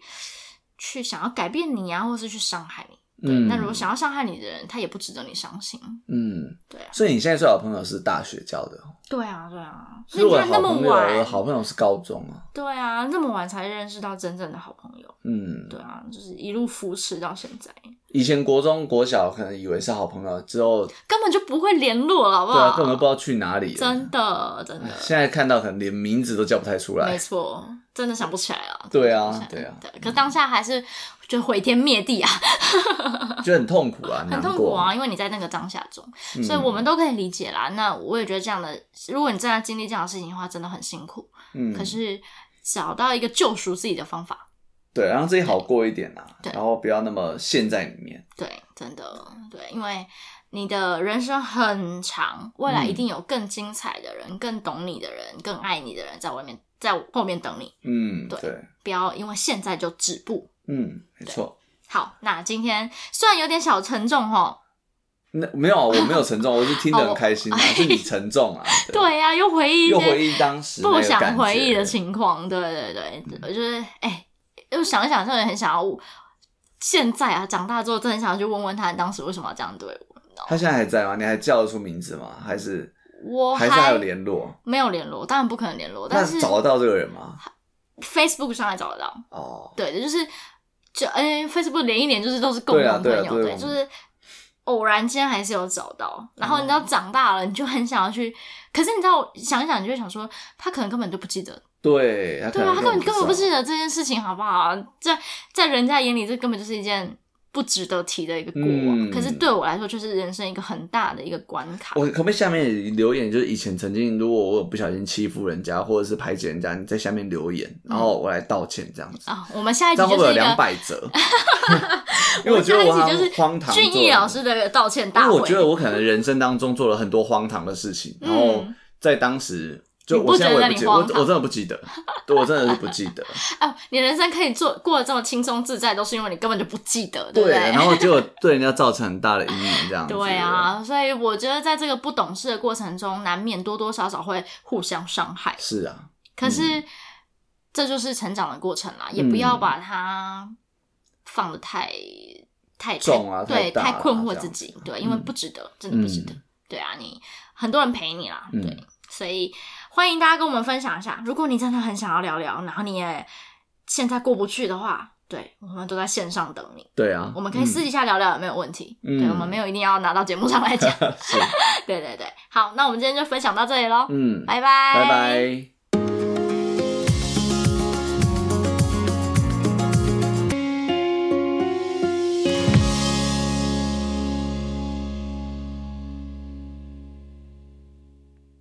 A: 去想要改变你啊，或是去伤害你。对，
B: 嗯
A: 那如果想要伤害你的人，他也不值得你伤心。
B: 嗯，
A: 对啊，
B: 所以你现在最好的朋友是大学交的，
A: 对啊，对啊。
B: 所
A: 所
B: 以
A: 以你
B: 我的
A: 看那
B: 好
A: 么
B: 朋友，我的
A: 晚，
B: 好朋友是高中啊，
A: 对啊，那么晚才认识到真正的好朋友。
B: 嗯，
A: 对啊，就是一路扶持到现在。
B: 以前国中、国小可能以为是好朋友，之后
A: 根本就不会联络了，好不
B: 对啊，
A: 好？
B: 根本都不知哎道去哪里了。
A: 真的真的，
B: 现在看到可能连名字都叫不太出
A: 没
B: 来。
A: 错，真的想不起来了。
B: 哎对啊
A: 真的想不起来
B: 对啊
A: 对。可当下还是就毁天灭地啊，
B: 就很痛苦啊，
A: <laughs> 很
B: 难
A: 痛苦
B: 过。
A: 啊，因为你在那个当下中，
B: 嗯
A: 所以我们都可以理解啦。那我也觉得这样的，如果你正在经历这样的事情的话，真的很辛苦。
B: 嗯，
A: 可是找到一个救赎自己的方法，
B: 对，让自己好过一点啊，
A: 对
B: 然后不要那么陷在里面。
A: 对，真的对，因为你的人生很长，未
B: 嗯
A: 来一定有更精彩的人、更懂你的人、更爱你的人在外面，在后面等你。
B: 嗯，
A: 对
B: 对，
A: 不要因为现在就止步。
B: 嗯，没错。
A: 好，那今天虽然有点小沉重哦，
B: 那没有啊，我没有
A: <laughs>
B: 沉重，我是听得很开心啊，是你沉重啊。
A: 对呀、又回忆一
B: 又回
A: 些
B: 忆当时那
A: 不
B: 个感
A: 想
B: 觉嗯
A: 回忆的情况，对对对，我就是哎，又想一想，真的很想要我。现在啊，长大之后，真的很想要去问问他当时为什么要这样对我。
B: 他现在还在吗？你还叫得出名字吗？还是
A: 我
B: 还是还有联络？
A: 没有联络，当然不可能联络，
B: 那
A: 但是
B: 找得到这个人吗？
A: Facebook 上还找得到。
B: 哦，
A: 对的，就是就哎、f a c e b o o k 连一连就是都是共
B: 对啊
A: 同朋友，
B: 对啊对啊嗯
A: 就是偶然间还是有找到。然后你知道长大了，你就很想要
B: <laughs>
A: 去，可是你知道想一想，你就会想说，他可能根本就不记得，
B: 对，他可
A: 对
B: 能
A: 啊，他根本根本不
B: 知道
A: 记得这件事情，好不好？在在人家眼里，这根本就是一件。不值得提的一个过往，
B: 嗯
A: 可是对我来说，就是人生一个很大的一个关卡。
B: 我可不可以下面留言？就是以前曾经，如果我有不小心欺负人家，或者是排挤人家，你在下面留言，然
A: 嗯
B: 后我来道歉，这样子，
A: 啊，我们下一
B: 这
A: 集
B: 样会不
A: 就
B: 会有
A: 是一个
B: 两百折？ <laughs> 因为我觉得我好
A: 下一集就
B: 像
A: 是
B: 荒唐做了
A: 俊逸老师的道歉
B: 因
A: 大
B: 为
A: 会。
B: 我觉得我可能人生当中做了很多荒唐的事情，
A: 嗯
B: 然后在当时。就
A: 你不
B: 我现在我也不
A: 觉
B: 记
A: 得你
B: 得，我
A: 荒唐
B: 我真的不
A: <laughs>
B: 记得，对我真的是不记得。
A: 哎，你人生可以做过得这么轻松自在，都是因为你根本就不记得，不
B: 对，
A: 对？
B: 然
A: <laughs>
B: 后结果对人家造成很大的阴影，这样子。
A: 对，啊，所以我觉得在这个不懂事的过程中，难免多多少少会互相伤害。
B: 是啊，
A: 可是、这就是成长的过程啦，
B: 嗯
A: 也不要把它放的太太
B: 重啊
A: 太对，
B: 太大
A: 太
B: 了
A: 困惑
B: 这样
A: 自
B: 子
A: 己，对，因为
B: 嗯
A: 不值得，真的不值得。对啊，你很多人陪你啦，
B: 嗯
A: 对，所以欢迎大家跟我们分享一下，如果你真的很想要聊聊，然后你也现在过不去的话，对我们都在线上等你，
B: 对啊，
A: 我们可以私
B: 嗯
A: 底下聊聊有没有问题，
B: 嗯
A: 对我们没有一定要拿到节目上
B: <laughs>
A: 来讲，
B: 是，
A: 对对对，好，那我们今天就分享到这里喽，
B: 嗯，
A: 拜拜，
B: 拜拜。